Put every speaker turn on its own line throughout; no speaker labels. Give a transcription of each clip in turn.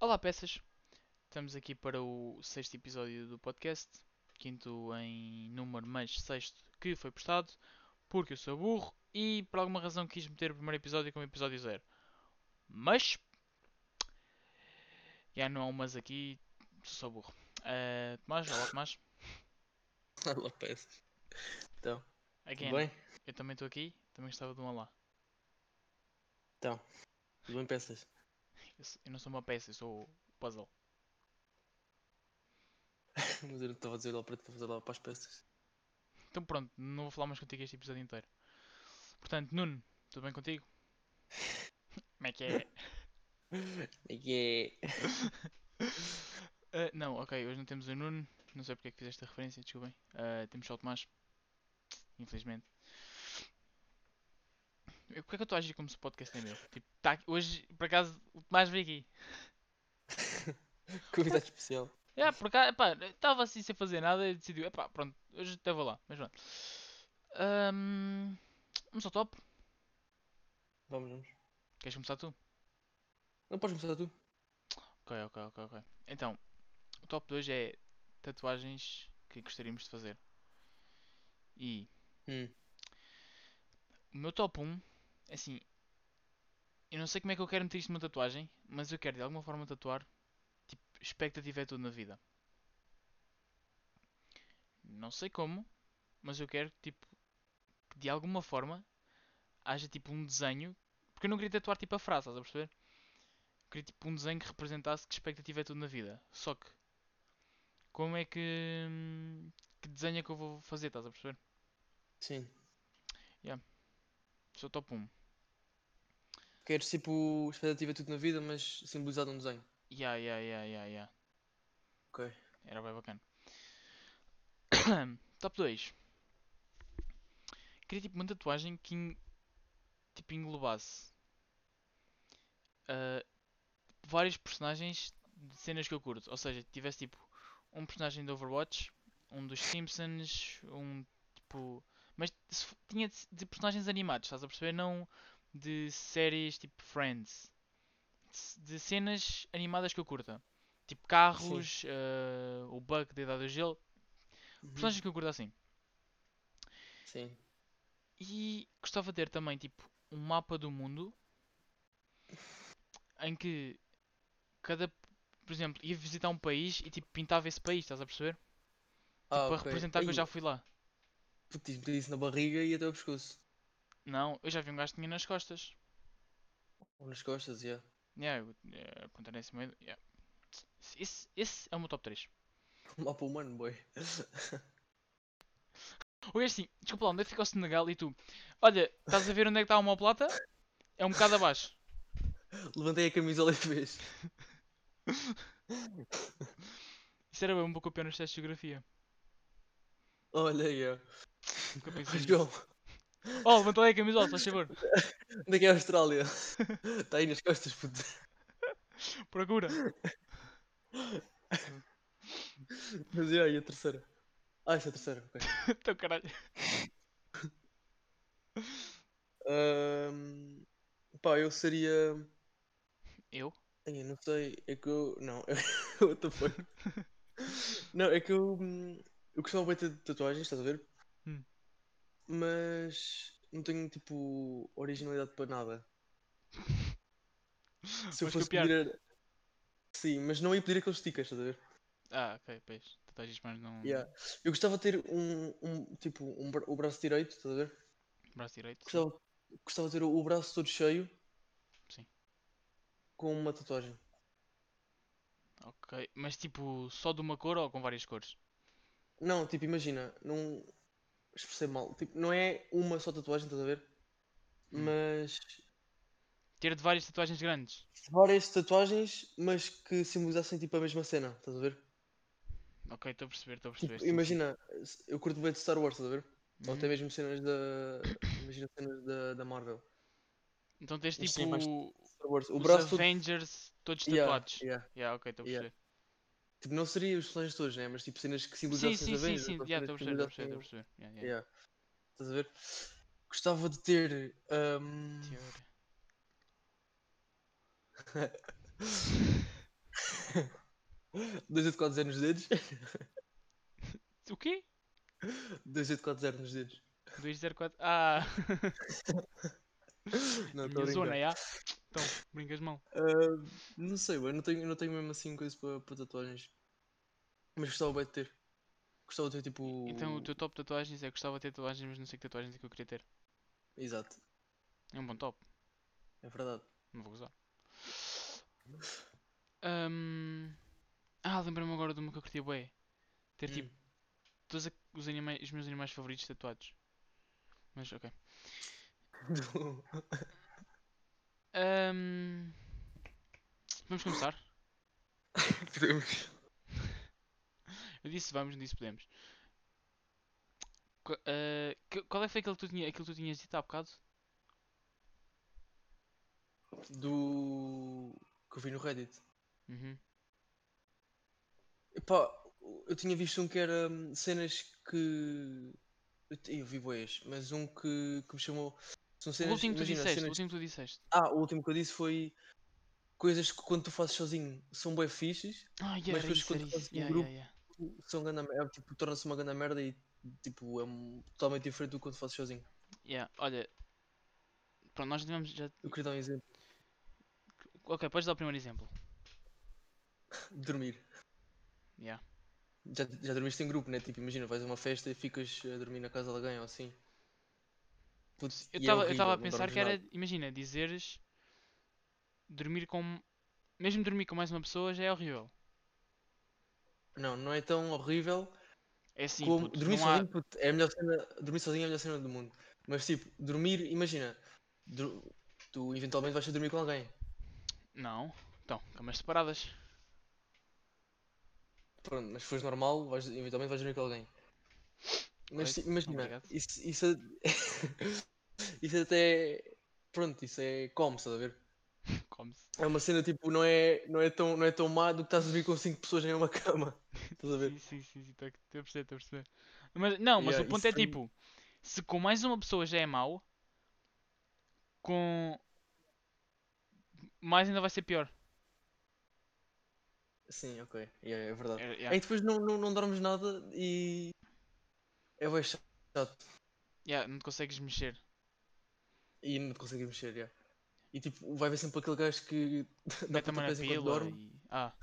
Olá, peças! Estamos aqui para o sexto episódio do podcast, quinto em número, mas sexto que foi postado, porque eu sou burro e por alguma razão quis meter o primeiro episódio como episódio zero. Mas. Já não há um mas aqui, sou só burro. Eh, Tomás, olá Tomás.
Olá, peças. Então,
Again,
tudo bem?
é eu também estou aqui, também gostava de um olá.
Então, tudo bem, peças?
Eu, s- eu não sou uma peça, eu sou o puzzle.
Mas eu não estava a dizer lá para ti, estava a dizer lá para as peças.
Então pronto, não vou falar mais contigo este episódio inteiro. Portanto, Nuno, tudo bem contigo? Como é que é?
Yeah.
Ah, não, ok, hoje não temos o Nuno, não sei porque é que fiz esta referência, desculpem. Ah, temos só o Tomás, infelizmente. Eu, porque é que eu estou a agir como se o podcast é meu? Tipo, tá aqui- hoje, por acaso, o Tomás veio aqui.
Convidado especial.
É, por acaso, pá, estava assim sem fazer nada e decidiu, epá, pronto, hoje até vou lá, mas pronto. Ahm, vamos ao top,
Vamos, vamos.
queres começar tu?
Não podes começar tu?
Ok, ok, ok, ok. Então, o top 2 é tatuagens que gostaríamos de fazer. E
Hum.
o meu top 1, assim, eu não sei como é que eu quero meter isto numa tatuagem, mas eu quero de alguma forma tatuar. Tipo, expectativa é tudo na vida. Não sei como, mas eu quero, tipo, que de alguma forma haja tipo um desenho. Porque eu não queria tatuar tipo a frase, estás a perceber? Eu queria tipo um desenho que representasse que expectativa é tudo na vida. Só que, como é que. hum, Que desenho é que eu vou fazer, estás a perceber?
Sim.
Sou top 1.
Queres tipo expectativa é tudo na vida, mas simbolizado num desenho.
Ya, ya, ya, ya, ya.
Ok.
Era bem bacana. Top 2. Queria tipo uma tatuagem que en- tipo, englobasse ah, vários personagens de cenas que eu curto. Ou seja, tivesse tipo um personagem do Overwatch, um dos Simpsons, um tipo. Mas se f- tinha de, de personagens animados, estás a perceber? Não de séries tipo Friends. De c- De cenas animadas que eu curta. Tipo carros, ah, o Buck da Idade do Gelo.
Uhum.
Personagens que eu curto assim.
Sim.
tipo, E gostava de ter também, tipo, um mapa do mundo em que cada, por exemplo, ia visitar um país e, tipo, pintava esse país, estás a perceber?
Ah,
Para
ok.
representar que eu
Ai,
já fui lá.
Putz, meti isso na barriga e até ao pescoço.
Não, eu já vi um gajo que tinha nas costas.
Ou nas costas, yeah.
Yeah, eu, eh, apontar nesse meio. yeah. Esse, esse é o meu top 3.
Um mapa humano, boy.
Ou é assim, desculpa lá, onde é que fica o Senegal e tu? Olha, estás a ver onde é que está o plata? É um bocado abaixo.
Levantei a camisola e fez.
Isso era bem um pouco campeão nos testes de geografia.
Olha, yeah.
Nunca pensei nisso.
João,
Oh, levantou aí a camisola, se faz favor.
onde é que é a Austrália? Está aí nas costas, puto.
Procura.
Mas yeah, e a terceira? Ah, essa é a terceira, ok.
Então, caralho.
Ahm, pá, eu seria.
Eu?
Ai, eu não sei, é que eu. Não, é. What the fuck? Não, é que eu. hum, Eu gostava bem de ter tatuagens, estás a ver?
Hum.
Mas. Não tenho, tipo, originalidade para nada. Se eu
Mas
fosse
copiar.
pedir. a- Sim, mas não ia pedir aqueles stickers, estás a ver?
Ah, ok, pois. Tatuagens, mas não.
Yeah. Eu gostava de ter um. um tipo, um, bra- o braço direito, estás a ver?
Braço direito. sim.
Gostava, gostava de ter o braço todo cheio.
Sim.
Com uma tatuagem.
Ok. Mas tipo, só de uma cor ou com várias cores?
Não, tipo, imagina, não expressei mal. Tipo, não é uma só tatuagem, estás a ver?
Hum.
Mas
Ter de várias tatuagens grandes.
várias tatuagens, mas que simbolizassem tipo a mesma cena, estás a ver?
Ok, estou a perceber, estou a
Tipo,
perceber. sim, sim.
imagina, se- eu curto bem de Star Wars, estás a ver? Ou
Uhum.
até mesmo cenas da. Imagina cenas da, da Marvel.
Então tens
Mas
tipo.
sim, mas- Star Wars. O
os
braço todo.
Avengers todos
Yeah,
tatuados. Yeah,
yeah.
ok, estou a
Yeah.
perceber.
Tipo, não seria os personagens todos, né? Mas tipo cenas que
Sim,
simbolizassem
sim,
os
sim,
Avengers,
sim.
ou
Yeah, estou
cenas
a
que
perceber, estou a perceber, estou a
simbolizassem-
perceber. Yeah, yeah.
Yeah. Estás a ver? Gostava de ter. um, ahm,
Teor.
Dois e de quatro zero nos dedos.
O quê?
Dois e de quatro zero nos dedos.
204. Ah,
Não,
minha
estou a
zona,
brincar.
já. Então, brincas mal.
Ah, não sei, eu não tenho, eu não tenho mesmo assim coisa para, para tatuagens. Mas gostava bem de ter. Gostava de ter tipo.
Então, o teu top de tatuagens é gostava de ter tatuagens, mas não sei que tatuagens é que eu queria ter.
Exato,
É um bom top,
é verdade.
não vou gozar. Ahm, Ah, lembrei-me agora de uma que eu queria bué. Ter tipo
Hum.
todos a- os, animais, os meus animais favoritos tatuados. Mas, ok.
Hum.
Ahm, Vamos começar?
Podemos.
Eu disse vamos, não disse podemos. Qu- ah, que- qual é que foi aquele que tu, tinha, aquele que tu tinhas dito há bocado?
Do. que eu vi no Reddit.
Uhum.
Epá, eu tinha visto um que era hum, cenas que. Eu te- Eu vi boias, mas um que, que me chamou. São
O
cenas.
último que tu
imagina,
disseste, o
cenas-
último que tu disseste.
Ah, o último que eu disse foi coisas que quando tu fazes sozinho são bem fixes,
Ah, yeah, era
Mas depois
isso,
quando
era
fazes
isso.
em
Yeah,
grupo,
yeah, yeah.
são ganda merda, tipo, torna-se uma grande merda e tipo, é um- totalmente diferente do que quando fazes sozinho.
Yeah, olha. Pronto, nós tivemos já.
Eu queria dar um exemplo.
Ok, podes dar o primeiro exemplo.
Dormir.
Yeah.
Já, já dormiste em grupo, né? Tipo, imagina, vais a uma festa e ficas a dormir na casa de alguém ou assim. Putz,
Eu
e é
estava
horrível,
a
não
pensar
dormes
que
nada.
era, imagina, dizeres. Dormir com. Mesmo dormir com mais uma pessoa já é horrível.
Não, não é tão horrível.
É assim,
Como-
puto,
dormir
não há.
sozinho, puto, é a melhor cena, dormir sozinho é a melhor cena do mundo. Mas tipo, dormir, imagina, dur- tu eventualmente vais ter de dormir com alguém.
Não. Então, camas separadas.
Pronto, mas se fores normal, vais, eventualmente vais dormir com alguém. Mas
Correto,
ti- imagina,
obrigado.
isso, isso, é- isso até. Pronto, isso é como, estás a ver?
Come-se.
É uma cena tipo, não é, não é, tão, não é tão má do que estás a dormir com cinco pessoas na mesma cama. Estás a ver?
Sim, sim, sim, sim, estou a perceber, estou a perceber. Mas, não, mas
Yeah,
o ponto
isso
é
foi-
tipo, se com mais uma pessoa já é mau, com mais ainda vai ser pior.
Sim, ok, yeah, é verdade.
É,
Aí
yeah,
depois não, não, não dormes nada e. É bem chato.
yeah, não te consegues mexer.
E não te consegue mexer, já. E tipo, vai ver sempre aquele gajo que dá
Mete a
para
mão na
pés enquanto
pila
dorme.
e... Ah,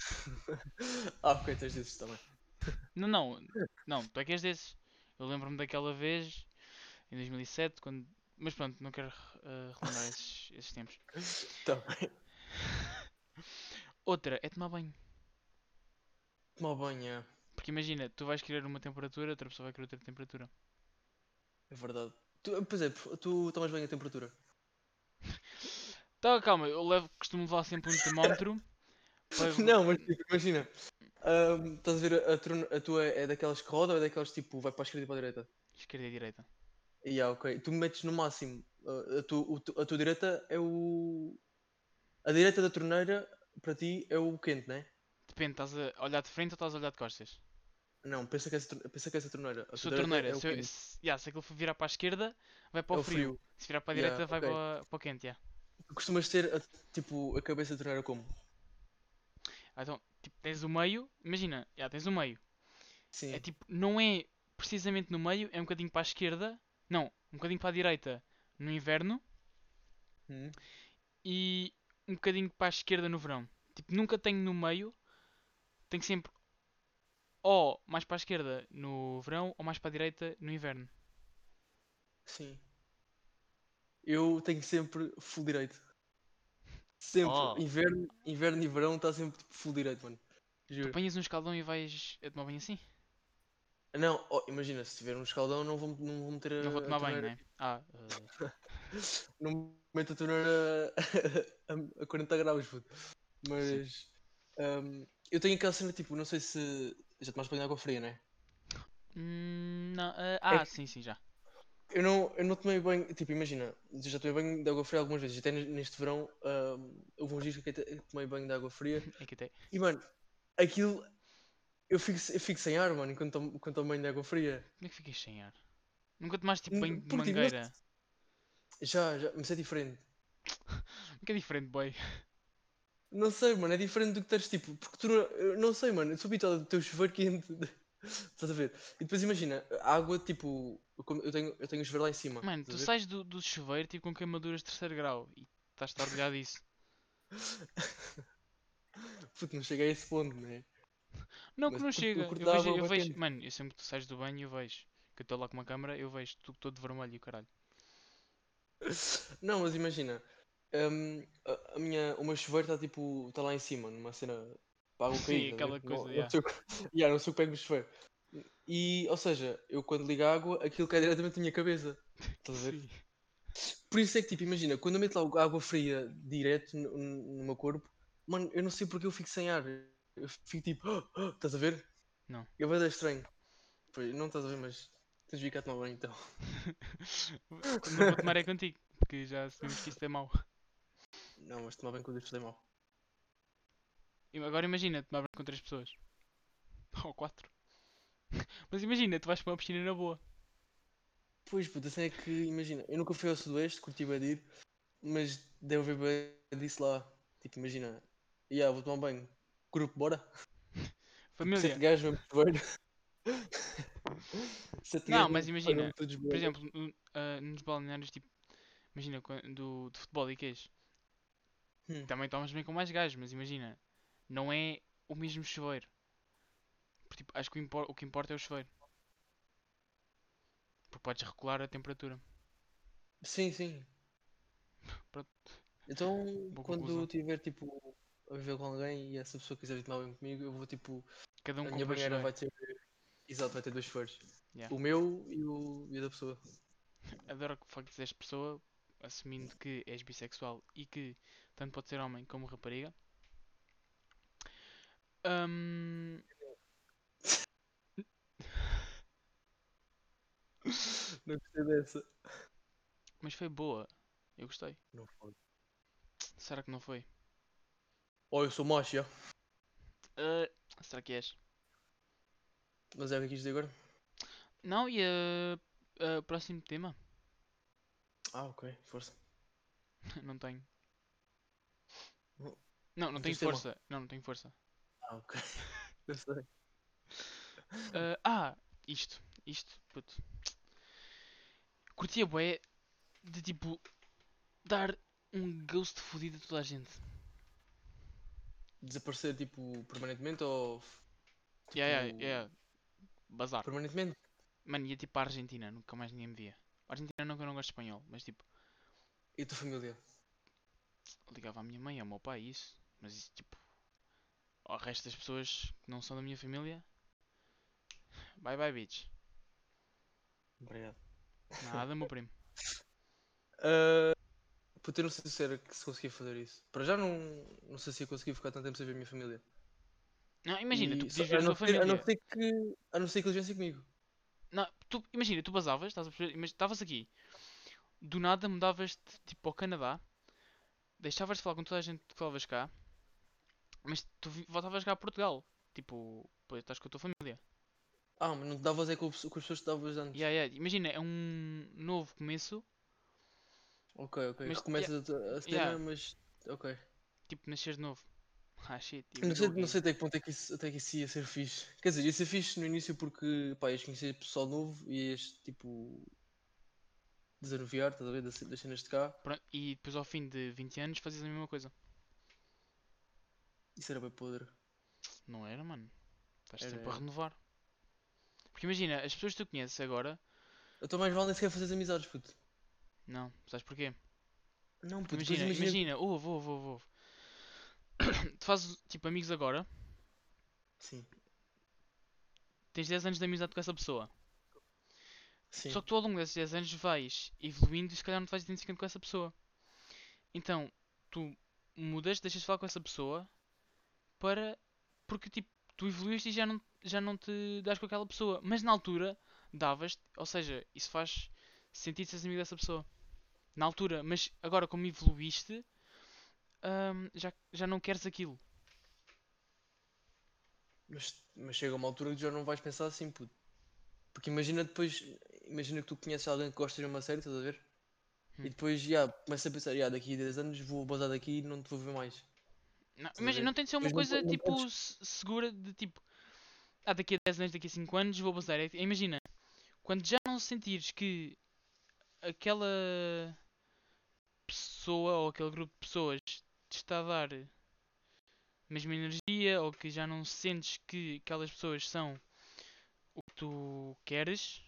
Ah, ok, tens desses também.
não, não, não, tu é que és desses. Eu lembro-me daquela vez, em 2007, quando... Mas pronto, não quero eh, relembrar esses, esses tempos.
Tá bem.
Outra, é tomar banho.
Tomar banho, é.
Porque imagina, tu vais querer uma temperatura, outra pessoa vai querer outra temperatura.
É verdade. Tu, pois é, tu tomas banho a temperatura.
Tá, calma, eu levo, costumo levar sempre um termómetro. para-
Não, mas tipo, imagina. ahm, estás a ver a, tru- a tua é daquelas que roda ou é daquelas que, tipo vai para a esquerda e para a direita?
Esquerda e direita.
E ah, ok. Tu metes no máximo. ah, a, tu, o tu- a tua direita é o. A direita da torneira para ti é o quente, né?
Depende, estás a olhar de frente ou estás a olhar de costas?
Não, pensa que é essa, torne- pensa que é essa torneira. A tua
Se a
direita
torneira,
é o
se, eu-
quente,
se, yeah, se aquilo for virar para a esquerda, vai para
é
o
o
frio.
frio.
Se virar para a
Yeah,
direita, vai
ok.
para, para o quente. Yeah.
Tu costumas ter a- tipo a cabeça de torneira como?
Ah, Então, tipo, tens o meio, imagina, yeah, tens o meio.
Sim.
É tipo, não é precisamente no meio, é um bocadinho para a esquerda, não, um bocadinho para a direita no inverno
Hum.
e um bocadinho para a esquerda no verão. Tipo, nunca tenho no meio, tenho sempre ou mais para a esquerda no verão ou mais para a direita no inverno.
Sim. Eu tenho sempre full direito. Sempre.
Oh.
Inverno, inverno e verão está sempre tipo, full direito, mano.
Tu
Juro.
apanhas um escaldão e vais a tomar banho assim?
Não, oh, imagina, se tiver um escaldão não vou, não vou meter a,
Não vou
a
tomar banho, é?
torneira-
né? Ah, eh,
Não meto a torneira a, a 40 graus, puto. Mas ahm, eu tenho aquela cena tipo, não sei se. Já tomaste banho de água fria, né?
hum, não, eh, ah,
É que-
sim, sim, já.
Eu não, eu não tomei banho, tipo, imagina, eu já tomei banho de água fria algumas vezes, até ne- neste verão, ahm, houve uns dias que até tomei banho de água fria
É que até.
e, mano, aquilo, eu fico, se- eu fico sem ar, mano, enquanto tomo, quando tomo banho de água fria.
Como é que ficas sem ar? Nunca tomaste tipo
Hum,
banho de
porque não-
mangueira?
Já, já, mas é diferente.
é Um bocadinho diferente, boy.
Não sei, mano, é diferente do que teres tipo, porque tu não- eu não sei, mano, eu sou habituado a ter o chuveiro quente. Estás a ver? E depois imagina, a água, tipo, eu como- eu tenho, eu tenho o chuveiro lá em cima.
Mano, tu
estás a ver?
sais do, do chuveiro tipo com queimaduras de terceiro grau e estás-te a orgulhar disso.
Puto, não cheguei a esse ponto, né?
Não, que
Mas
não
tu- tu
chega. Eu
curtes a
vejo,
água
eu vejo-
quente?
Mano, eu sempre que tu sais do banho, eu vejo. Que eu estou lá com uma câmera, eu vejo tu todo de vermelho e o caralho.
Não, mas imagina, hum, a, a minha, o meu chuveiro está tipo, está lá em cima, numa cena para água
Sim,
cair, estás a
aquela
ver? Não-
coisa,
não
yeah.
sou eu que- yeah, não sou eu que pego o chuveiro. E, ou seja, eu quando ligo a água, aquilo cai diretamente na minha cabeça, estás a ver?
Sim.
Por isso é que, tipo, imagina, quando eu meto lá água fria direto no, no- no meu corpo, mano, eu não sei porque eu fico sem ar. Eu fico tipo, estás a ver?
Não.
Eu vou dar estranho. Pois, não estás a ver, mas tens de ficar a tomar banho então.
Quando não vou tomar é contigo, porque já assumimos que isto é mau.
Não, mas tomar banho com o dedo é mau.
E Agora imagina, tomar banho com três pessoas. Ou quatro. Mas imagina, tu vais para uma piscina na boa.
Pois, puta, assim é que, imagina, eu nunca fui ao Sudoeste, curti bem de ir, mas devo ver bem disso lá. Tipo, imagina, yeah, vou tomar um banho. Grupo, bora? Sete
Família.
gajos, mesmo chuveiro. Sete
Não,
gajos,
mas
mesmo chuveiro,
imagina,
todos
Por
bem.
exemplo, no- ah, nos balneários, tipo, imagina, quan- do, de futebol e queijo.
Hum.
Também tomas bem com mais gajos, mas imagina, não é o mesmo chuveiro. Porque, tipo, acho que o, impor- o que importa é o chuveiro. Porque podes regular a temperatura.
Sim, sim.
Pronto.
Então,
Boa
quando
conclusão.
eu tiver tipo a viver com alguém e essa pessoa quiser vir tomar banho comigo, eu vou tipo.
Cada um
a minha
compra o
banheira
chuveiro.
vai ter. Exato, vai ter dois chuveiros.
Yeah.
O meu e o e o da pessoa.
Adoro que o facto de seres pessoa, assumindo que és bissexual e que tanto pode ser homem como rapariga. Ahm,
Não gostei dessa.
mas foi boa. Eu gostei.
Não foi.
Será que não foi?
Oh, eu sou macho, já.
Ah, será que és?
Mas é o que eu quis dizer agora?
Não, e ah, ah, próximo tema?
Ah, ok, força.
não tenho.
Não-
Não, não
não
tenho
tens tema?
força. Não, não tenho força.
Ah, ok. Eu sei.
Ah, ah, isto, isto, puto. Curtia bué de tipo dar um ghost fodido a toda a gente.
Desaparecer tipo permanentemente ou.
Yeah, yeah,
tipo,
yeah. Bazar.
Permanentemente?
Mano, ia tipo para a Argentina, nunca mais ninguém me via. Argentina não que eu não gosto de espanhol, mas tipo,
E a tua família?
ligava à minha mãe, ao meu pai, isso. Mas isso tipo, ao resto das pessoas que não são da minha família, bye bye bitch.
Obrigado.
Nada, meu primo.
Ah, Puta, eu não sei se era que se conseguia fazer isso. Para já não, não sei se ia conseguir ficar tanto tempo sem ver a minha família.
Não, imagina,
E
tu
só-
podias ver
a
a
não
tua
ser- A
família.
não ser que, a não ser que eles viessem comigo.
Não, tu, imagina, tu basavas, estás a perceber? Mas estavas aqui, do nada mudavas-te tipo ao Canadá, deixavas de falar com toda a gente que falavas cá, mas tu vi- voltavas cá a Portugal, tipo, pois estás com a tua família.
Ah, mas não te davas é com, o pessoa- com as pessoas que te davas antes.
Yeah, yeah. Imagina, é um novo começo,
Ok, ok.
Mas-
Recomeças a te- a cena,
yeah.
mas. Ok.
tipo, nasceres de novo. Ah, shit,
Eu
eu
Não sei,
joguei.
não sei até que ponto é que isso, até que isso ia ser fixe. Quer dizer, ia ser fixe no início porque, pá, ias conhecer pessoal novo e ias, tipo. desanuviar, estás a ver, das, das cenas de cá.
Pronto, e depois ao fim de 20 anos fazias a mesma coisa.
Isso era bem podre.
Não era, mano. Estás
Era,
sempre a
era.
renovar. Porque imagina, as pessoas que tu conheces agora,
Eu estou Então mais mal nem sequer fazer amizades, puto.
não, sabes porquê?
Não, puto, depois
Imagina, imagina, ouve, ouve, ouve, ouve. Tu fazes tipo amigos agora,
Sim,
tens 10 anos de amizade com essa pessoa.
sim.
Só que tu ao longo desses 10 anos vais evoluindo e se calhar não te vais identificando com essa pessoa. Então, tu mudas, deixas de falar com essa pessoa para. Porque tipo, tu evoluíste e já não, já não te dás com aquela pessoa. Mas na altura davas, ou seja, isso faz sentido seres amigo dessa pessoa. Na altura, mas agora como evoluíste, hum, já, já não queres aquilo.
Mas, mas chega uma altura que já não vais pensar assim, puto. Porque imagina depois, imagina que tu conheces alguém que gosta de uma série, estás a ver?
Hum.
E depois, já, começa a pensar, já, daqui a 10 anos vou bazar daqui e não te vou ver mais.
Não,
Estás a
imagina,
ver?
não tem de ser uma
Mas não
coisa
po- não
tipo
podes-
se- segura de tipo. Ah, daqui a 10 anos, daqui a 5 anos vou basar. É, imagina, quando já não sentires que aquela pessoa ou aquele grupo de pessoas te está a dar a mesma energia ou que já não sentes que aquelas pessoas são o que tu queres,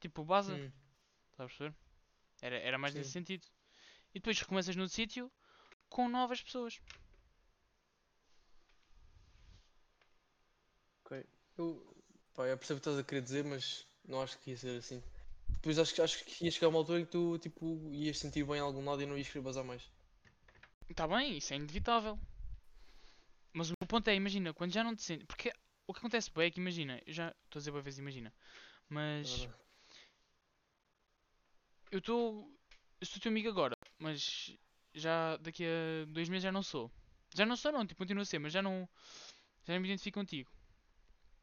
tipo, basa.
Hum.
Estás a perceber? Era, era mais nesse
Sim.
sentido. E depois recomeças no sítio com novas pessoas.
Ok. Eu, pá, eu percebo o que estás a querer dizer, mas não acho que ia ser assim. Depois acho, que- acho que ia chegar uma altura em que tu tipo, ias sentir bem em algum lado e não ias querer bazar mais.
Está bem, isso é inevitável. Mas o meu ponto é, imagina, quando já não te sentes. Porque o que acontece bué é que imagina, eu já estou a dizer boa vez imagina. Mas
Ah,
eu estou. Eu sou teu amigo agora, mas já daqui a dois meses já não sou. Já não sou não, tipo, continuo a ser, mas já não. Já não me identifico contigo.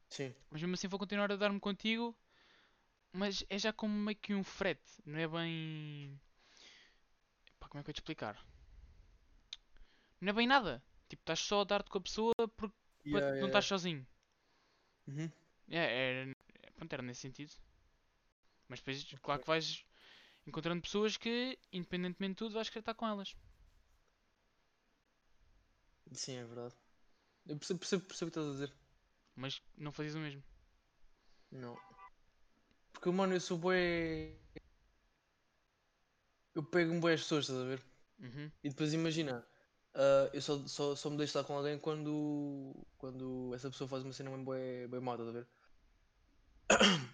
Sim,
Mas mesmo assim vou continuar a dar-me contigo. Mas é já como meio que um frete. Não é bem. Pá, como é que eu te explicar? Não é bem nada. Tipo, estás só a dar-te com a pessoa porque pa-
Yeah,
não
yeah,
estás sozinho.
yeah. Uhum.
É, é, é- pronto, era nesse sentido. Mas depois, claro que vais encontrando pessoas que, independentemente de tudo, vais querer estar com elas.
Sim, é verdade. Eu percebo, percebo, percebo o que estás a dizer.
Mas não fazes o mesmo.
Não. Porque, mano, eu sou bué. Eu pego-me bué as pessoas, estás a ver?
Uhum.
E depois imagina, ah, eu só, só, só me deixo estar com alguém quando, quando essa pessoa faz uma cena mesmo bué, bué má, estás a ver?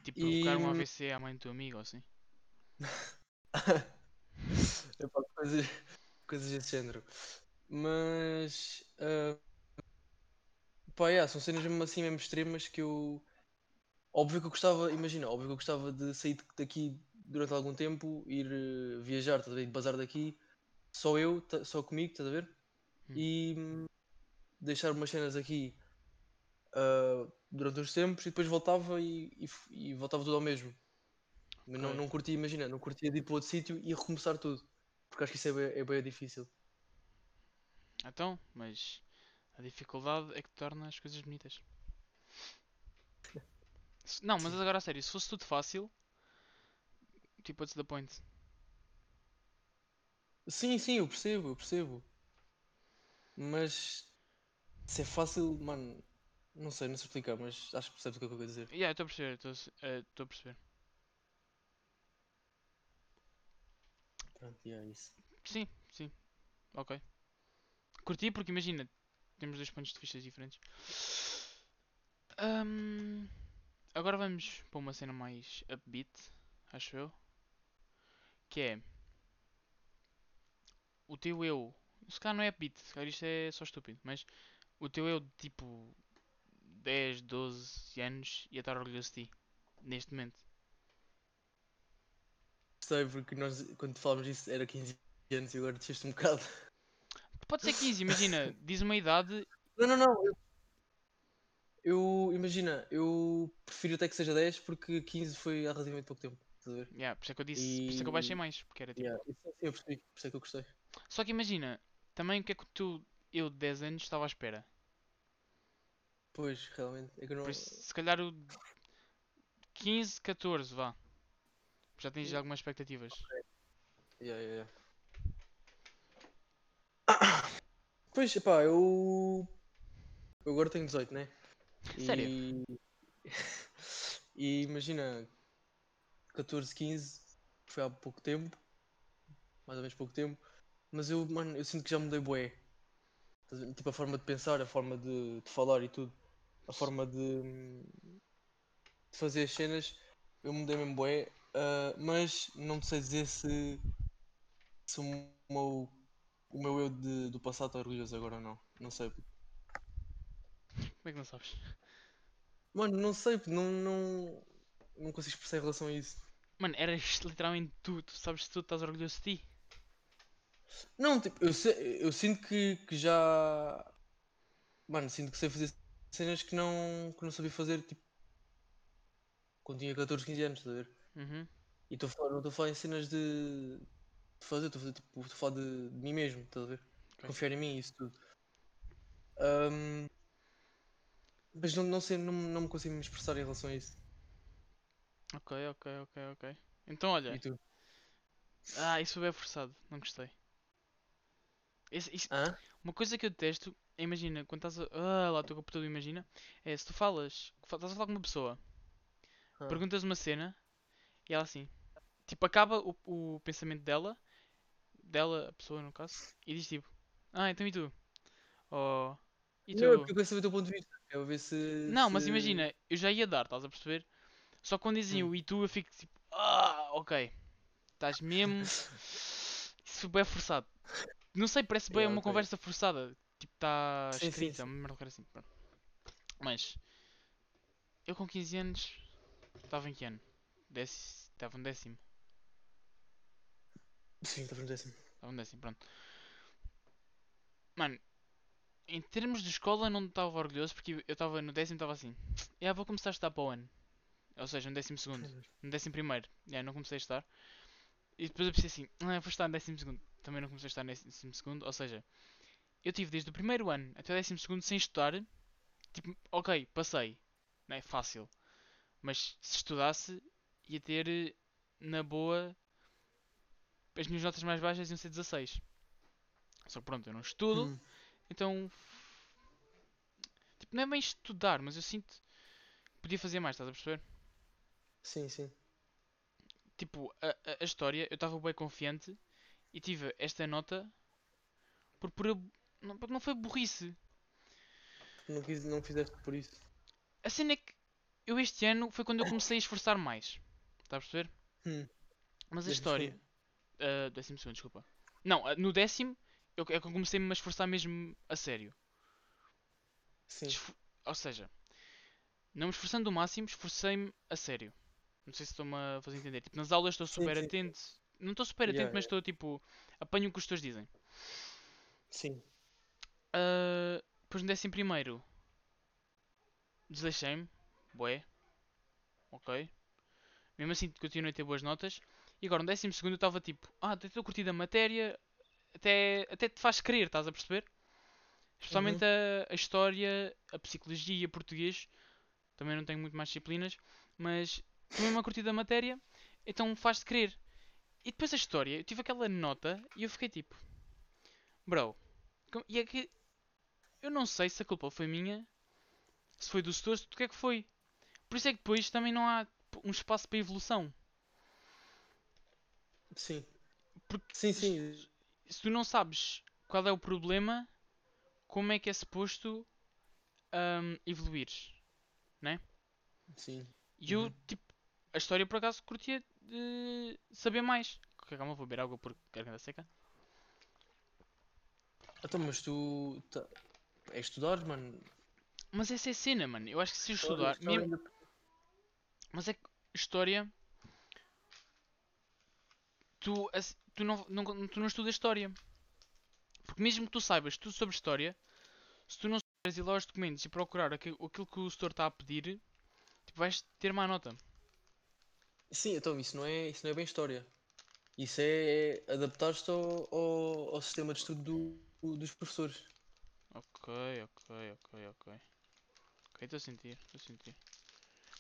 Tipo, provocar um
E-
AVC à mãe do teu amigo ou assim.
É pá, coisas, coisas desse género. Mas. ah, pá, yeah, são cenas mesmo assim, mesmo extremas que eu. Óbvio que eu gostava, imagina, óbvio que eu gostava de sair de- daqui durante algum tempo, ir eh, viajar, estás a ver? Bazar daqui, só eu, ta- só comigo, estás a ver?
Hum.
E hum, deixar umas cenas aqui ah, durante uns tempos e depois voltava e, e f- e voltava tudo ao mesmo. Mas Não,
Ok.
não curtia, imagina, não curtia de ir para outro sítio e recomeçar tudo. Porque acho que isso é bem, é bué difícil.
Então, mas a dificuldade é que torna as coisas bonitas. Se- Não, mas agora a sério, se fosse tudo fácil, tipo, what's the point?
Sim, sim, eu percebo, eu percebo. Mas se é fácil, mano, não sei, não sei explicar, mas acho que percebes o que é que eu quero dizer.
Yeah, estou a perceber, estou a se- eh, estou a perceber.
Pronto, e é isso.
Sim, sim, ok. Curti porque imagina, temos dois pontos de vista diferentes. Ahm, agora vamos para uma cena mais upbeat, acho eu. Que é o teu eu. Se calhar não é upbeat, se calhar isto é só estúpido, mas o teu eu de tipo 10, 12 anos ia estar orgulhoso de ti neste momento.
Sei, porque nós, quando falámos disso, era 15 anos e agora desceste um bocado.
Pode ser 15, imagina, diz uma idade.
Não, não, não. eu- Eu, imagina, eu prefiro até que seja 10 porque 15 foi há relativamente pouco tempo. Estás a ver?
Yeah, por isso é que eu disse, por isso é que eu baixei
E-
mais, porque era tipo.
Yeah, isso- isso eu percebi, por isso é que eu gostei.
Só que imagina, também o que é que tu, eu de 10 anos, estava à espera?
Pois, realmente, é que eu não.
Por isso, se calhar o 15, 14, vá. Já tens algumas expectativas.
Yeah, yeah, yeah. Pois, pá, eu. Eu agora tenho 18, né?
Sério?
E. e imagina, 14, 15, foi há pouco tempo, mais ou menos pouco tempo, mas eu, mano, eu sinto que já mudei bué. Estás a ver? Tipo, a forma de pensar, a forma de, de falar e tudo, a forma de, de fazer as cenas, eu mudei mesmo bué, ah, mas não sei dizer se, se o meu, o meu eu de- do passado está orgulhoso agora ou não. Não sei.
Como é que não sabes?
Mano, não sei, porque não, não, não consigo expressar em relação a isso.
Mano, era isto literalmente tu, tu sabes tudo, estás orgulhoso de ti.
Não, tipo, eu, se- eu sinto que, que já. Mano, sinto que sei fazer cenas que não, que não sabia fazer, tipo. Quando tinha 14, 15 anos, estás a ver?
Uhum.
E estou a falar, não estou a falar em cenas de. de fazer, estou a fazer, tipo, estou a falar de, de mim mesmo, estás a ver?
Ok.
Confiar em mim e isso tudo. Ahm, mas não, não sei, não, não me consigo me expressar em relação a isso.
Ok, ok, ok, ok. Então olha.
E tu?
Ah, isso é forçado. Não gostei. Esse- isso-
Hã?
uma coisa que eu detesto, é, imagina, quando estás a. Ah, lá o teu computador imagina. É se tu falas. fa- Estás a falar com uma pessoa,
Ah.
perguntas uma cena e ela assim. Tipo, acaba o, o pensamento dela. Dela, a pessoa no caso, e diz tipo. Ah, então e tu? Oh. E tu?
Não, é porque eu quero saber o teu ponto de vista. É Eu ver se.
Não, mas
se-
imagina, eu já ia dar, estás a perceber? Só que quando dizem
Hum.
o e tu, eu fico tipo, ah, ok, estás mesmo. Isso é forçado. Não sei, parece bem
Yeah,
uma
ok.
conversa forçada. Tipo, está
Sim, sim,
escrita,
sim.
uma merda qualquer assim. pronto. Mas, eu com 15 anos, estava em que ano? Déci- Estava no décimo.
Sim, tá assim. estás no décimo.
Estava no décimo, é assim, pronto. Mano, em termos de escola, não estava orgulhoso porque eu estava no décimo, estava assim, yeah, vou começar a estudar para o ano. Ou seja, no décimo segundo. No décimo primeiro, yeah, não comecei a estar. E depois eu pensei assim, ah, vou estar no décimo segundo. Também não comecei a estar no décimo segundo, ou seja, eu tive desde o primeiro ano até o décimo segundo sem estudar. Tipo, ok, passei. Não é fácil. Mas se estudasse, ia ter, eh, na boa, as minhas notas mais baixas iam ser 16. Só que pronto, eu não estudo,
Hum.
então. Tipo, não é bem estudar, mas eu sinto que podia fazer mais, estás a perceber?
Sim, sim.
tipo, a, a- a história, eu estava bem confiante e tive esta nota por, pura bu- não, porque não foi burrice.
Não, quis, não fizeste por isso.
A cena é que eu este ano foi quando eu comecei a esforçar mais. Está a perceber?
Hum.
Mas a
Décimo
história.
segundo.
ah, décimo segundo, desculpa. Não, ah, no décimo eu, é que eu comecei -me a esforçar mesmo a sério.
Sim.
Esfor- Ou seja, não me esforçando o máximo, esforcei-me a sério. Não sei se estou-me a fazer entender. Tipo, nas aulas estou super
sim, sim.
atento. Não estou super atento,
Yeah,
mas estou tipo. Apanho o que os teus dizem.
Sim.
Ah, Depois no décimo primeiro desleixei-me, bué, ok. Mesmo assim continuei a ter boas notas. E agora no décimo segundo eu estava tipo, ah, até estou curtindo a matéria, até, até te faz querer, estás a perceber? Especialmente a, a história, a psicologia, português, também não tenho muito mais disciplinas, mas estou mesmo a curtir da matéria, então faz-te querer. E depois a história, eu tive aquela nota e eu fiquei tipo, bro, como- e é que eu não sei se a culpa foi minha, se foi dos setores, do que é que foi. Por isso é que depois também não há p- um espaço para evolução.
Sim.
Porque-
Sim, sim.
Se tu não sabes qual é o problema, como é que é suposto hum, evoluires?
Sim.
E eu,
Uhum.
tipo, a história por acaso curtia de saber mais. Ok, Calma, vou beber água porque garganta seca.
Então, mas tu. Tá... É estudar, mano.
Mas essa é a cena, mano. Eu acho que se eu estudar.
História-
mesmo- Mas é que história. Tu, ass- tu, não, não, tu não estudas história. Porque mesmo que tu saibas tudo sobre história, se tu não souberes ir lá aos documentos e procurar aqui- aquilo que o setor está a pedir, tipo, vais ter má nota.
Sim, então isso não é, isso não é bem história. Isso é adaptar-te ao, ao, ao sistema de estudo do- do- dos professores.
Ok, ok, ok, ok. Ok, estou a sentir, estou a sentir.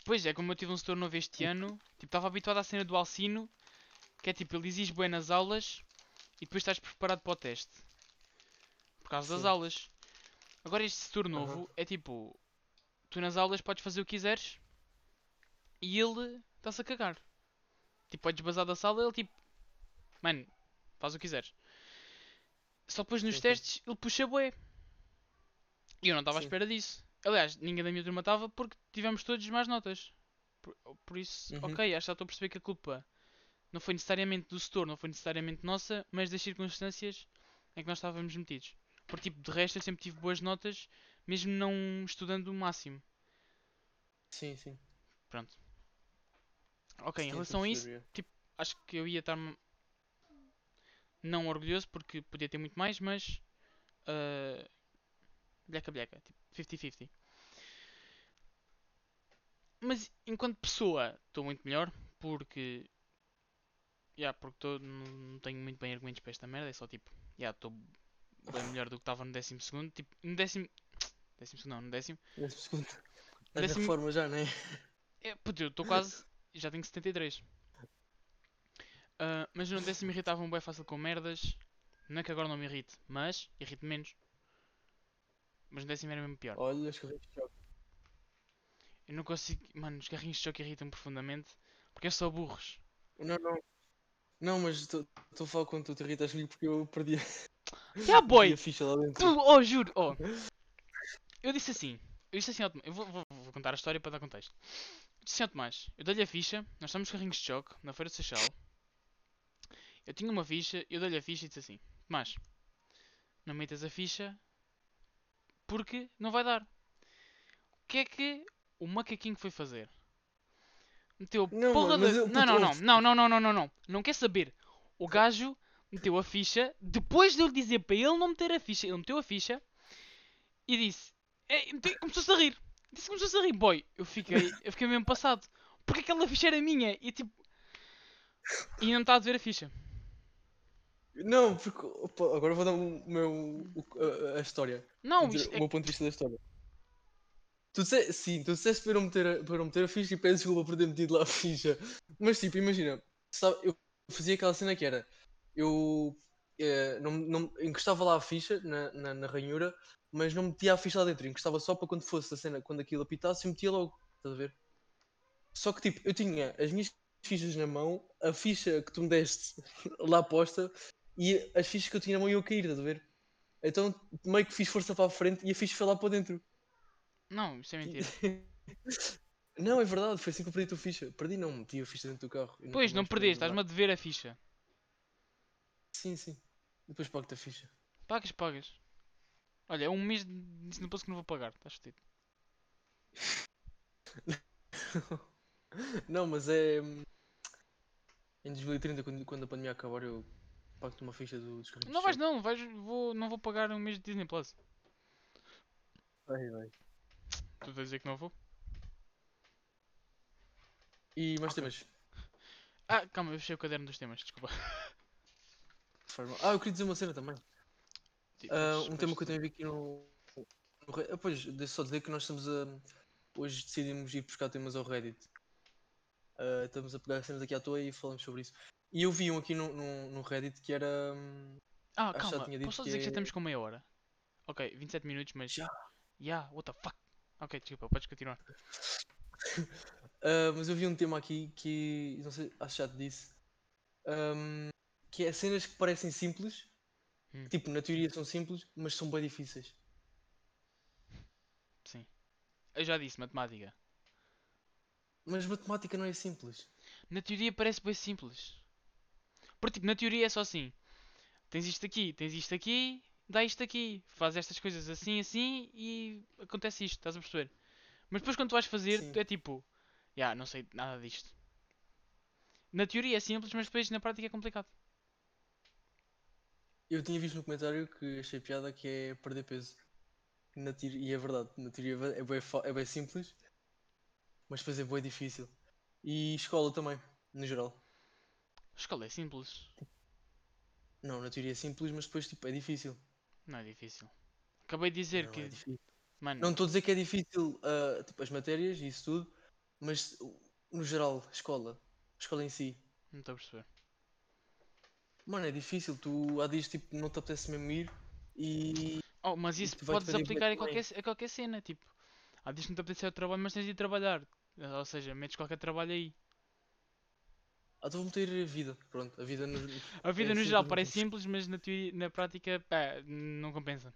Pois é, como eu tive um setor novo este ano, tipo, estava habituado à cena do Alcino, que é tipo, ele exige bem nas aulas e depois estás preparado para o teste. Por causa das
Sim.
aulas. Agora este setor
Aham.
novo é tipo, tu nas aulas podes fazer o que quiseres e ele está-se a cagar. Tipo, podes bazar da sala ele tipo, mano, faz o que quiseres. Só depois nos
Sim, sim.
testes ele puxa bué. E eu não estava à
Sim.
espera disso. Aliás, ninguém da minha turma estava porque tivemos todos mais notas. Por, por isso,
Uhum.
ok, acho que já estou a perceber que a culpa não foi necessariamente do setor, não foi necessariamente nossa, mas das circunstâncias em que nós estávamos metidos. Porque, tipo, de resto eu sempre tive boas notas, mesmo não estudando o máximo.
Sim, sim.
Pronto. Ok, em
Sim, estou
relação a isso,
perceber,
acho que eu ia estar m- não orgulhoso porque podia ter muito mais, mas ah, bleca bleca, tipo 50-50. Mas enquanto pessoa estou muito melhor porque yeah, porque tô, não, não tenho muito bem argumentos para esta merda, é só tipo, já estou bem melhor do que estava no décimo segundo, tipo, no décimo Décimo segundo, não, no décimo.
Décimo segundo. Estás na
Décimo-
reforma já, não é?
É, puto, eu estou quase. Já tenho 73. Ah, mas no décimo irritava-me bem fácil com merdas. Não é que agora não me irrite, mas irrite menos. Mas no décimo era mesmo pior.
Olha, os carrinhos de choque.
Eu não consigo. Mano, os carrinhos de choque irritam profundamente. Porque é só burros.
Não, não. Não, mas estou estou a falar quando tu te irritas comigo porque eu perdi, a-
Yeah,
perdi
boy!
a ficha lá dentro.
Tu, oh, juro! Oh. Eu disse assim. Eu disse assim ao Tomás. Eu vou, vou- vou contar a história para dar contexto. Eu disse assim ao Tomás. Eu dei-lhe a ficha. Nós estamos nos carrinhos de choque na Feira de Seixal. Eu tinha uma ficha. Eu dei-lhe a ficha e disse assim. Tomás, não metas a ficha porque não vai dar. O que é que o macaquinho foi fazer? Meteu a
Não,
porra
mano,
da.
mas eu-
Não,
puto,
não, não,
ouve.
não, não, não, não, não, não. Não quer saber. O gajo meteu a ficha depois de eu lhe dizer para ele não meter a ficha. Ele meteu a ficha e disse. "Ei", mete- Começou-se a rir. Disse que começou-se a rir. Boy, eu fiquei, eu fiquei mesmo passado. Porque aquela ficha era minha e tipo. E não está a ver a ficha.
Não, porque opa, agora vou dar o meu, o- a- a, a história.
Não,
Vou dizer
isto
o
é
meu ponto de vista da história. Tu disse, sim, tu disseste para eu não meter a, para eu não meter a ficha e peço desculpa por ter metido lá a ficha. Mas tipo, imagina, sabe, eu fazia aquela cena que era. Eu eh, não, não, encostava lá a ficha na, na, na ranhura, mas não metia a ficha lá dentro, encostava só para quando fosse a cena, quando aquilo apitasse, eu metia logo, estás a ver? Só que tipo, eu tinha as minhas fichas na mão, a ficha que tu me deste lá posta e as fichas que eu tinha na mão iam cair, estás a ver? Então meio que fiz força para a frente e a ficha foi lá para dentro.
Não, isso é mentira.
Não, é verdade, foi assim que eu perdi a tua ficha. Perdi não, meti a ficha dentro do carro. Eu
Pois,
nunca
não
mais
perdeste,
paguei,
estás-me a dever a ficha.
verdade. Sim, sim. Depois pago-te a ficha.
Pagas, pagas. Olha, é um mês de não posso que não vou pagar, estás fodido.
Não, mas é. hum, Em 2030, quando, quando a pandemia acabar, eu pago-te uma ficha do dos carrinhos
Não
de
vais
choque.
não, vais, vou, não vou pagar um mês de Disney Plus.
Vai, vai.
Tu estás a dizer que não vou?
E mais temas.
Ah, calma, eu fechei o caderno dos temas, desculpa.
Forma- Ah, eu queria dizer uma cena também.
Tipo,
Ah,
mas-
um tema
mas-
que eu tenho a ver aqui no. no Re- ah, pois, deixa só dizer que nós estamos a. Hoje decidimos ir buscar temas ao Reddit. Ah, estamos a pegar cenas aqui à toa e falamos sobre isso. E eu vi um aqui no, no, no Reddit que era. hum,
Ah,
já
calma, posso
tinha dito
só dizer que já
que- é-
estamos com meia hora? Ok, 27 minutos, mas.
Já.
Yeah, what the fuck? Ok, desculpa, podes continuar.
ah, mas eu vi um tema aqui que. Não sei, acho que já te disse. Hum, que é cenas que parecem simples.
Hum.
Tipo, na teoria são simples, mas são bem difíceis.
Sim. Eu já disse, matemática.
Mas matemática não é simples.
Na teoria parece bem simples. Porque tipo, na teoria é só assim. Tens isto aqui, tens isto aqui, dá isto aqui, faz estas coisas assim, assim e acontece isto, estás a perceber? Mas depois quando tu vais fazer,
Sim.
tu é tipo, já, não sei nada disto. Na teoria é simples, mas depois na prática é complicado.
Eu tinha visto no comentário que achei piada que é perder peso. Na teoria, e é verdade, na teoria é bué- é bem, é bué simples, mas depois é bem difícil. E escola também, no geral.
A escola é simples,
Não, na teoria é simples, mas depois tipo, é difícil.
não é difícil. Acabei de dizer
Não,
que,
é difícil.
mano,
Não estou a dizer que é difícil ah, tipo, as matérias e isso tudo, mas uh, no geral, escola, escola em si.
não estou a perceber.
Mano, é difícil, tu há dias tipo, não te apetece mesmo ir e
Oh, mas
E
isso
tu vais
podes
fazer bué
aplicar a
também.
qualquer, ce- a qualquer cena, tipo. Ah, diz que não te apetece ir ao trabalho, mas tens de ir trabalhar. Ou seja, metes qualquer trabalho aí.
ah, então vou meter a vida. Pronto, a vida no,
A vida
É
no geral
simples, mas
parece
funciona.
simples, mas na, teoria, na prática pá, não compensa.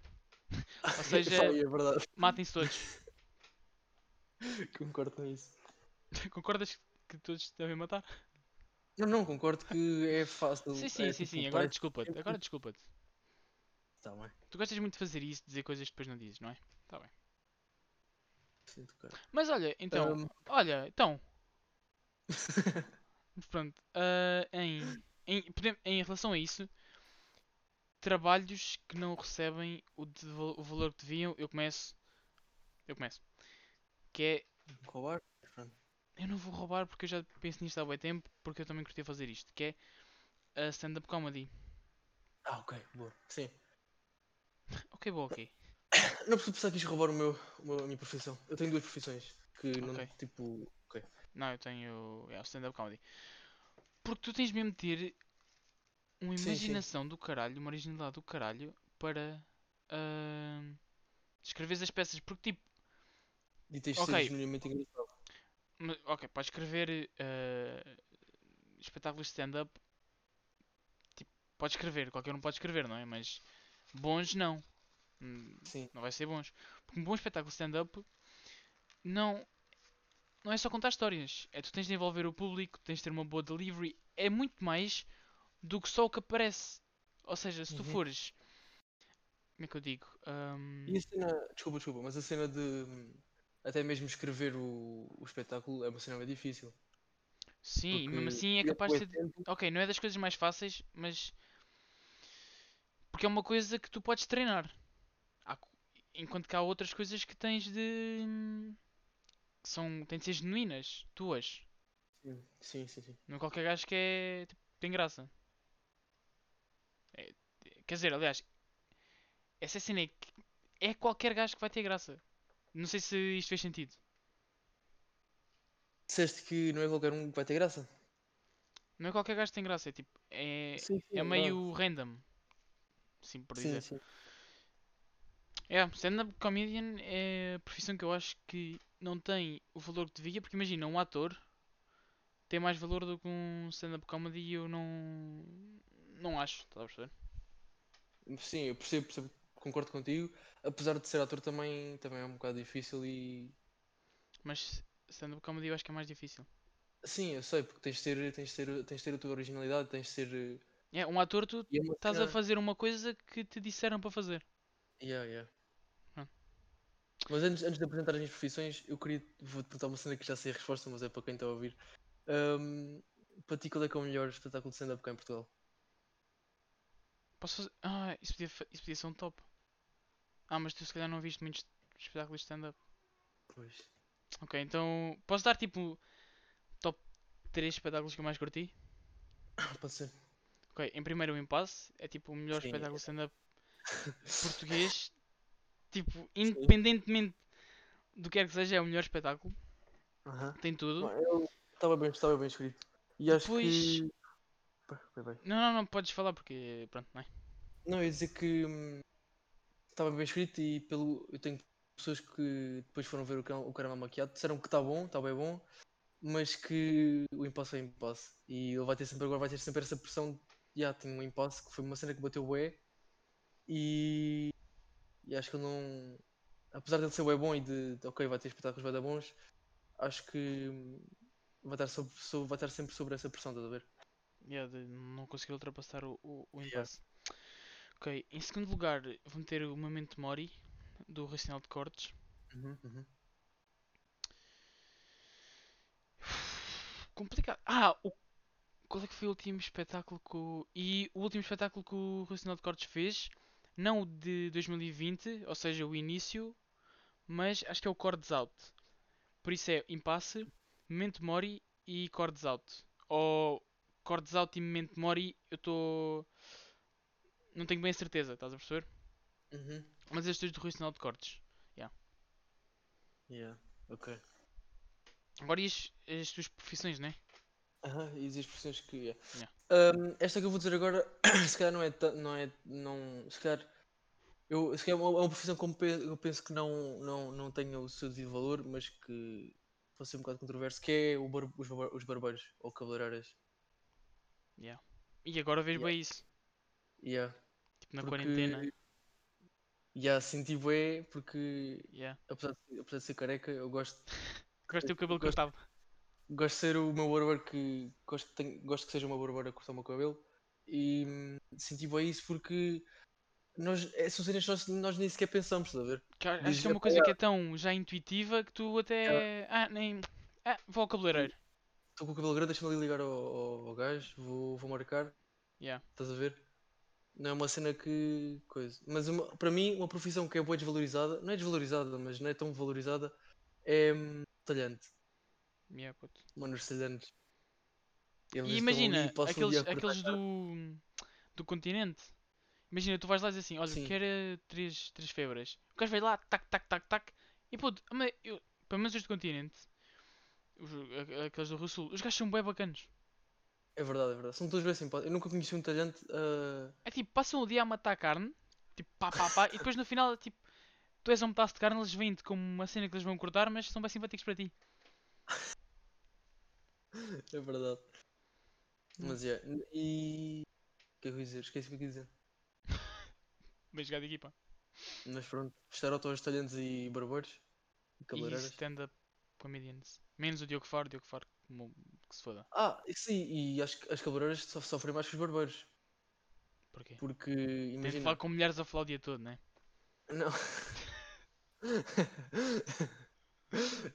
Ou
Pá,
seja,
é verdade,
matem-se todos.
concordo com isso.
Concordas que todos se devem matar?
Não, não, concordo que é fácil.
Sim,
é
sim, sim,
tipo,
sim. Agora
parece- tipo
desculpa-te. Agora desculpa-te.
Tá bem.
Tu gostas muito de fazer isso, dizer coisas que depois não dizes, não é? Tá bem.
Sim, tu queres.
Mas olha, então,
Ahm,
olha, então. Pronto. ah, em, em, podem- em relação a isso, trabalhos que não recebem o, de- o valor que deviam, eu começo. Eu começo. Que é
roubar? Pronto.
Eu não vou roubar porque eu já penso nisto há bué tempo, porque eu também curti fazer isto, que é a stand-up comedy.
Ah, ok, boa. Sim.
Ok, boa, ok.
Não, porque o pessoal quis roubar o meu, o meu- a minha profissão. Eu tenho duas profissões. Que não,
Ok.
tipo. Ok.
Não, eu tenho. É o stand-up comedy. Porque tu tens mesmo de ter uma
Sim, sim.
imaginação do caralho, uma originalidade do caralho para escrever escreveres as peças. Porque tipo,
E tens de
Ok.
ser genuinamente engraçado.
ma- ok, para escrever eh, espetáculos de stand-up, tipo, podes escrever, qualquer um pode escrever, não é? Mas bons não. Hum,
Sim.
não vai ser bons. Porque um bom espetáculo de stand-up não, não é só contar histórias. É tu tens de envolver o público, tens de ter uma boa delivery. É muito mais do que só o que aparece. Ou seja, se tu
Uhum.
fores. Como é que eu digo? Ahm,
E a cena. Desculpa, desculpa, mas a cena de. hum, Até mesmo escrever o, o espetáculo é uma cena bem difícil.
sim, e mesmo
porque
assim é
tira
capaz de
bué
ser.
tempo.
Ok, não é das coisas mais fáceis, mas. Porque é uma coisa que tu podes treinar. Há co- Enquanto que há outras coisas que tens de. que são. têm de ser genuínas, tuas.
Sim, sim, sim.
Não é qualquer gajo que é. tipo, tem graça. É- quer dizer, aliás, essa cena é que. é qualquer gajo que vai ter graça. Não sei se isto fez sentido.
Disseste que não é qualquer um que vai ter graça.
Não é qualquer gajo que tem graça, é tipo. é,
Sim, sim,
é
verdade.
meio random. Sim, por dizer.
Sim, sim.
É, stand-up comedian é a profissão que eu acho que não tem o valor que devia, porque imagina, um ator tem mais valor do que um stand-up comedy e eu não. não acho, estás a perceber?
Sim, eu percebo, percebo, concordo contigo. Apesar de ser ator também, também é um bocado difícil e.
Mas stand-up comedy eu acho que é mais difícil.
Sim, eu sei, porque tens de ter, tens de ter, tens de ter a tua originalidade, tens de ser. eh,
É, um ator tu
E é uma
estás a
cena-
fazer uma coisa que te disseram para fazer.
Yeah, yeah.
Ah.
Mas antes, antes de apresentar as minhas profissões, eu queria vou-te perguntar uma cena que já sei a resposta, mas é para quem está a ouvir. Ahm, para ti, qual é que é o melhor espetáculo de stand-up cá em Portugal?
Posso fazer. Ah, isso podia, fa- isso podia ser um top. Ah, mas tu se calhar não viste muitos espetáculos de stand-up.
Pois.
Ok, então posso dar tipo top 3 espetáculos que eu mais curti?
Pode ser.
Ok, em primeiro o Impasse, é tipo o melhor
Sim,
espetáculo de stand-up português. Tipo, independentemente do que quer que seja, é o melhor espetáculo.
Aham.
Tem tudo.
Bom, eu- Estava bem, estava bem escrito. E acho
Depois-
que. Pá, foi bem.
Não, não, não podes falar porque. Pronto, não é?
Não, eu ia dizer que hum, estava bem escrito e pelo. Eu tenho pessoas que depois foram ver o Car- o Caramel Maquiado, disseram que está bom, está bem bom, mas que o impasse é impasse. E ele vai ter sempre agora, vai ter sempre essa pressão de já tem um impasse que foi uma cena que bateu bué e, e acho que ele não. Apesar dele ser bué bom e de, de, ok, vai ter espetáculos bué da bons, acho que hum, vai estar, sob- sob- vai estar sempre sobre essa pressão, estás a ver?
Yeah, de não conseguir ultrapassar o, o, o
Yeah.
impasse. Ok, em segundo lugar, vou meter o Momento Mori do Racional de Cortes.
Uhum,
Complicado. Ah, o... qual é que foi o último espetáculo que o... E o último espetáculo que o Racional de Cortes fez, não o de 2020, ou seja, o início, mas acho que é o Cordes Out. Por isso é Impasse, Momento Mori e Cordes Out. Ou Cordes Out e Momento Mori, eu estou... Não tenho bem a certeza, estás a perceber?
Uhum.
Mas estes dois do Racional de Cortes.
Yeah, ok.
Agora e as, as tuas profissões, né?
Aham, e diz as profissões que. yeah.
Yeah.
Ahm, esta que eu vou dizer agora, se calhar não é. ta- Não é não, se calhar. Eu, se calhar é uma, é uma profissão que eu pe- eu penso que não, não, não tenha o seu devido valor, mas que pode ser um bocado controverso, que é o bar- os, barba- os barbeiros ou cabeleireiras.
E agora vejo
Yeah.
bem isso.
Yeah,
Tipo na
porque-
quarentena.
Yeah, senti bué, porque
Yeah.
apesar de, apesar de ser careca, eu gosto,
Gosto de ter o cabelo
Gosto-
cortado.
gosto de ser o meu barbeiro que. Gosto, que tenha- gosto que seja o meu barbeiro a cortar o meu cabelo. E hum, senti bué isso porque. Nós, essas cenas nós, nós nem sequer pensamos, estás a ver?
Que a- acho que
Dizer,
é uma
"Pá,
coisa que é tão já intuitiva que tu até. Ah, nem. Ah, vou ao cabeleireiro.
Estou com o cabelo grande, deixa-me ali ligar ao, ao, ao gajo, vou, vou marcar,
Yeah.
estás a ver? Não é uma cena que. coisa. Mas uma- para mim, uma profissão que é boa desvalorizada, não é desvalorizada, mas não é tão valorizada, é hum, talhante.
Yeah, puto.
Mano, os talhantes. um
E imagina, aqueles, aqueles do. do continente. Imagina, tu vais lá e dizes assim, olha,
Sim.
quero eh, três, três febras. O gajo vai lá, tac, tac, tac, tac. E puto, mas eu, pelo menos os do continente, os, a- a- aqueles do Rio Sul, os gajos são bem bacanos.
É verdade, é verdade. São todos bem simpáticos. Eu nunca conheci um talhante. ah,
É tipo, passam o dia a matar carne, tipo, pá, pá, pá, e depois no final, é tipo, tu és um pedaço de carne, eles vêm-te como uma cena que eles vão cortar, mas são bem simpáticos para ti.
É verdade.
Hum.
Mas é. E. O que é que eu ia dizer? Esqueci o que eu ia dizer.
Bem jogado, equipa.
Mas pronto. Estar aos talhantes e barbeiros. E
E
cabeleireiras.
stand-up comedians. Menos o Diogo Faro, Diogo Faro, mo- que se foda.
Ah, e sim, e acho que as cabeleireiras so- sofrem mais que os barbeiros.
Porquê?
Porque.
Tem de
Imagina.
falar com mulheres a falar o dia todo, né?
Não.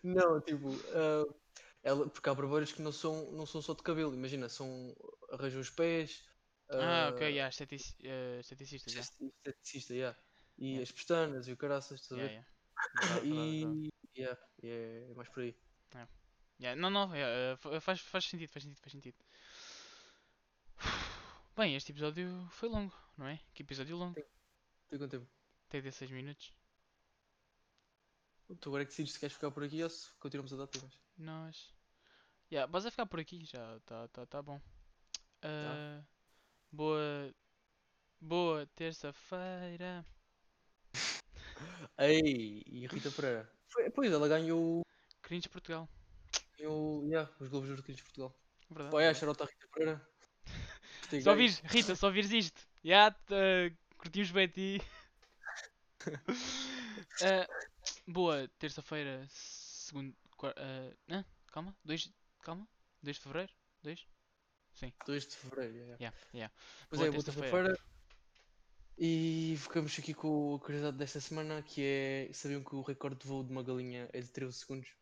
não, tipo, ah, ela, porque há barbeiros que não são, não são só de cabelo, imagina, são arranjam os pés,
Ah, ok,
ah,
yeah, estetici- eh, esteticistas, já.
esteti- esteticista, yeah, e
Yeah.
as pestanas e o caraças, estás a
Yeah,
ver?
yeah. Verdade, verdade, verdade.
E yeah, yeah, é mais por aí.
Yeah, não, não, yeah, eh, fa- faz, faz sentido, faz sentido, faz sentido. Bem, este episódio foi longo, não é? Que episódio longo?
Tem quanto tempo?
Tem 16 minutos.
Tu agora é que decides se queres ficar por aqui ou se continuamos a dar temas.
Nós. Yeah, vais a ficar por aqui, já tá, tá, tá bom. Ah, Boa. Boa terça-feira.
Ei, e Rita Pereira? Foi- pois, ela ganhou,
Cringe Portugal.
ganhou yeah, os Globos de Ouro de Portugal.
Verdade.
Vai,
verdade.
achar outra Rita Pereira. Gostei,
Ah, Só
guys.
vires, Rita, só vires isto. Já te curtimos bem a ti. Ah, boa terça-feira, segundo. quar- ah, hã? calma, 2 calma, 2 de fevereiro? 2?
2 de Fevereiro, yeah, yeah.
Yeah, yeah.
Pois
Boa
é, boa
terça-feira.
terça-feira. E ficamos aqui com a curiosidade desta semana, que é, sabiam que o recorde de voo de uma galinha é de 13 segundos?